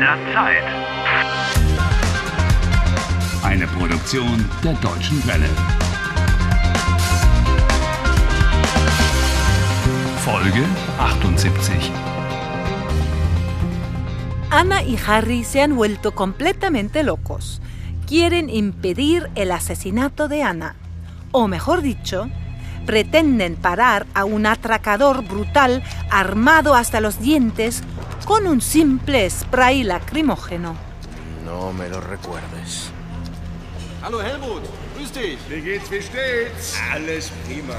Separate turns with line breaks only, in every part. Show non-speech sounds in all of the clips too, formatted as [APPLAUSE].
der Zeit.
Eine Produktion der Deutschen Welle. Folge 78.
Ana y Harry se han vuelto completamente locos. Quieren impedir el asesinato de Ana. O mejor dicho, pretenden parar a un atracador brutal armado hasta los dientes con un simple spray lacrimógeno.
No me lo recuerdes.
Hallo Helmut, grüß dich.
Wie geht's, wie steht's?
Alles prima.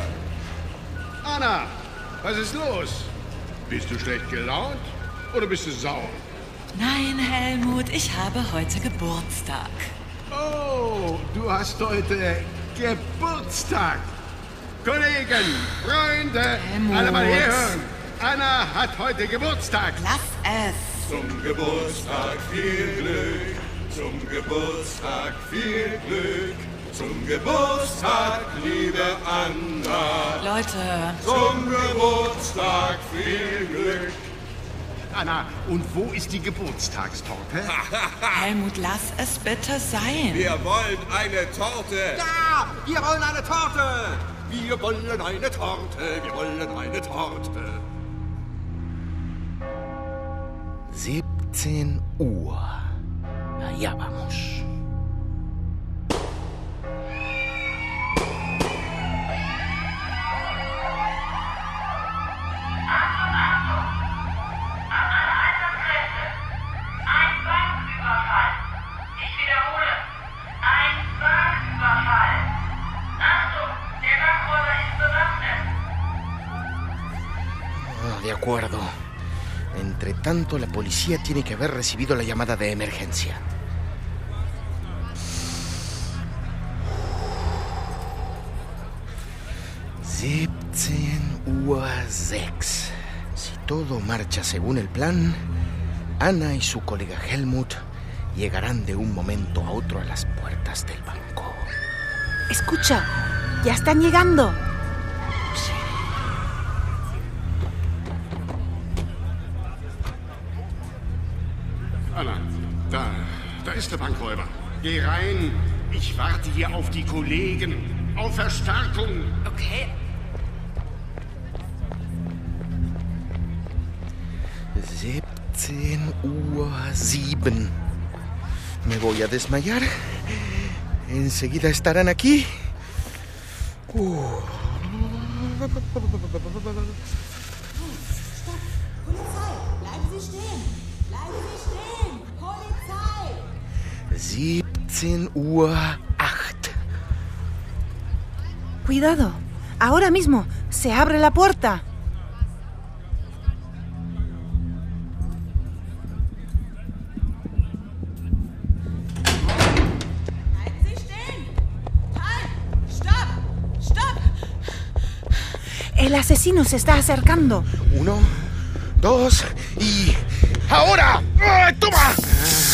Anna, was ist los? Bist du schlecht gelaunt oder bist du sauer?
Nein, Helmut, ich habe heute Geburtstag.
Oh, du hast heute Geburtstag. Kollegen, Freunde,
Helmut.
alle mal herhören. Anna hat heute Geburtstag.
Lass es.
Zum Geburtstag viel Glück, zum Geburtstag viel Glück, zum Geburtstag, liebe Anna,
Leute,
zum Geburtstag viel Glück.
Anna, und wo ist die Geburtstagstorte?
Helmut, lass es bitte sein.
Wir wollen eine Torte.
Ja, wir wollen eine Torte. Wir wollen eine Torte. Wir wollen eine Torte.
17 Uhr. Allá vamos.
Ein Banküberfall. Ich wiederhole. Ein Banküberfall. Achtung, der Bankräuber ist bewaffnet.
Ah, de acuerdo. Entre tanto, la policía tiene que haber recibido la llamada de emergencia. Uhr 6. Si todo marcha según el plan, Ana y su colega Helmut llegarán de un momento a otro a las puertas del banco.
Escucha, ya están llegando.
Anna, da, da ist der Bankräuber. Geh rein. Ich warte hier auf die Kollegen. Auf Verstärkung.
Okay.
Uhr 7. Me voy a desmayar. Enseguida estarán aquí. Uh.
Polizei, bleiben Sie stehen! Bleiben Sie stehen! Polizei!
17 Uhr 8.
Cuidado, ahora mismo se abre la puerta.
Bleiben Sie stehen! Halt! Stopp! Stopp!
El asesino se está acercando.
Uno, dos y. ¡Ahora! ¡Ah, ¡Toma!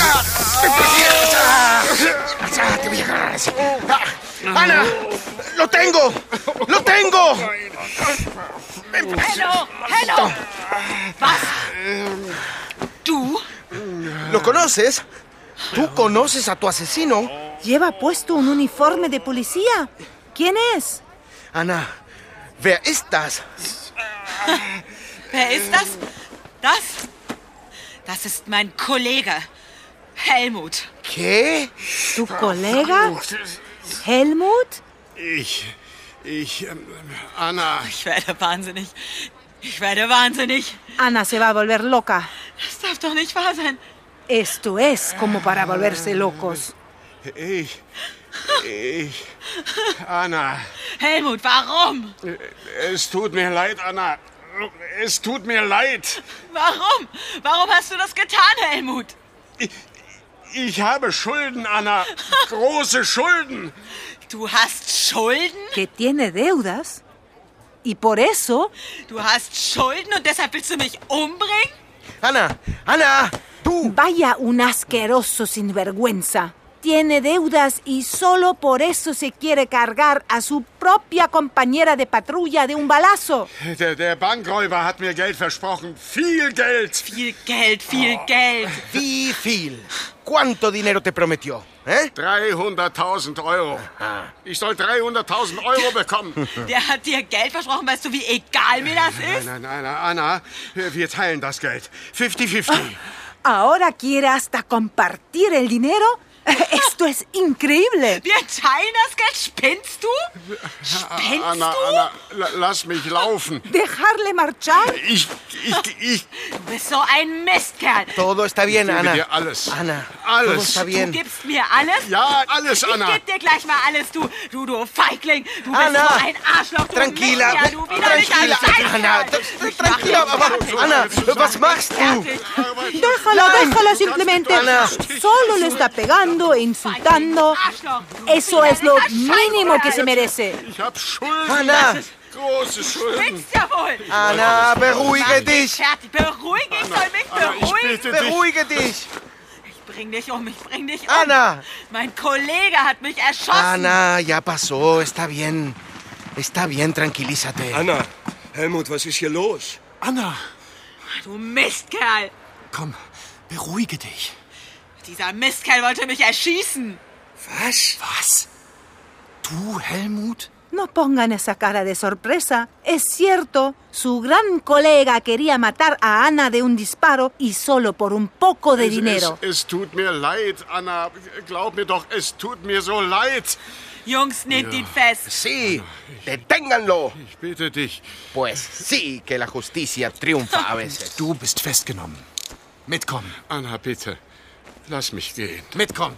¡Ah! ¡Me persigues! ¡Ah! ¡Ah, ¡Te voy a agarrar así! ¡Ah! ¡Ana! ¡Lo tengo! ¡Lo tengo!
Hello, hello. Was? Du?
¿Lo conoces? ¿Tú conoces a tu asesino?
Lleva puesto un uniforme de policía. ¿Quién es?
Ana, wer ist das?
Wer ist das? Das? Das ist mein Kollege. Helmut.
¿Qué?
¿Tu colega? ¿Helmut?
Ich. Ich. ähm, Anna.
Ich werde wahnsinnig. Ich werde wahnsinnig.
Ana se va a volver loca.
Das darf doch nicht wahr sein.
Esto es como para volverse locos.
Ich. Ich. Anna.
Helmut, warum?
Es tut mir leid, Anna. Es tut mir leid.
Warum? Warum hast du das getan, Helmut?
Ich, ich habe Schulden, Anna. Große Schulden.
Du hast Schulden?
Que tiene deudas. Y por eso,
Du hast Schulden und deshalb willst du mich umbringen?
Ana, Ana, tú.
vaya un asqueroso sinvergüenza. tiene deudas y solo por eso se quiere cargar a su propia compañera de patrulla de un balazo.
Der, der Bankräuber hat mir Geld versprochen. Viel Geld.
Viel Geld, viel
Oh. [LAUGHS]
Geld.
Wie viel? ¿Cuánto dinero te prometió? ¿Eh?
300.000 Euro. Ich soll 300.000 Euro bekommen.
Der hat dir Geld versprochen, weißt du, wie egal mir das
Nein,
ist?
nein, nein, Anna, wir teilen das Geld. 50-50.
¿Ahora quiere hasta compartir el dinero? [LAUGHS] Esto es increíble.
Wir teilen das Geld? Spinnst du? Spinnst
Anna,
du?
Anna, la- lass mich laufen.
¿Dejarle marchar?
Ich, ich, ich
Du bist so ein Mistkerl.
Todo está bien,
gebe
Ana.
dir alles.
Ana,
Alles.
todo está
Du
bien.
gibst mir alles?
Ja, alles,
Ich
Anna.
geb dir gleich mal alles, du, du, du Feigling. Du
Anna,
bist so ein Arschloch, du
Tranquila,
Mistkerl, du
tranquila,
widerlicher
Ana,
Scheißkerl.
t- tranquila, aber Ana, was machst du?
Fertig.
Déjala, déjala simplemente.
Ana.
Solo le está pegando e insultando.
Arschloch, du
Eso es lo
widerlicher
mínimo que se
Scheißkerl.
merece.
Ich hab Schulden.
Ana,
Große Schulden.
Willst ja wohl.
Ana, beruhige dich.
Fertig, beruhig dich, soll mich
Anna, ich
beruhigen.
bitte dich.
Beruhige dich.
Ich bring dich um, ich bring dich um.
Anna.
Mein Kollege hat mich erschossen.
Ana, ya pasó, está bien. Está bien, tranquilízate.
Anna, Helmut, was ist hier los?
Anna,
Du Mistkerl.
komm, beruhige dich.
Dieser Mistkerl wollte mich erschießen.
Was?
Was? Du, Helmut?
No pongan esa cara de sorpresa. Es cierto, su gran colega quería matar a Ana de un disparo y solo por un poco de
Es-
dinero.
Es, es tut mir leid, Anna. Glaub mir doch, es tut mir so leid.
Jungs, nehmt ihn fest.
Sí, deténganlo.
Ich bitte dich.
Pues sí que la justicia triunfa a veces.
Du bist festgenommen. Mitkommen,
Anna, bitte. Lass mich gehen.
mitkommen.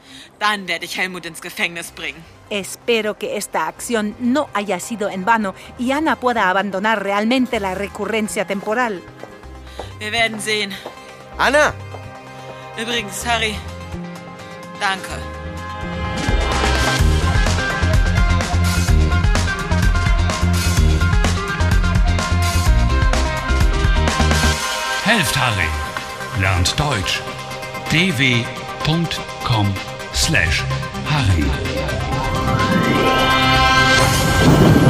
dann werde ich Helmut ins Gefängnis bringen.
Espero que esta acción no haya sido en vano y Ana pueda abandonar realmente la recurrencia temporal.
Wir werden sehen.
Ana,
Übrigens, Harry, danke.
Helft Harry. Lernt Deutsch. dw.com/harry.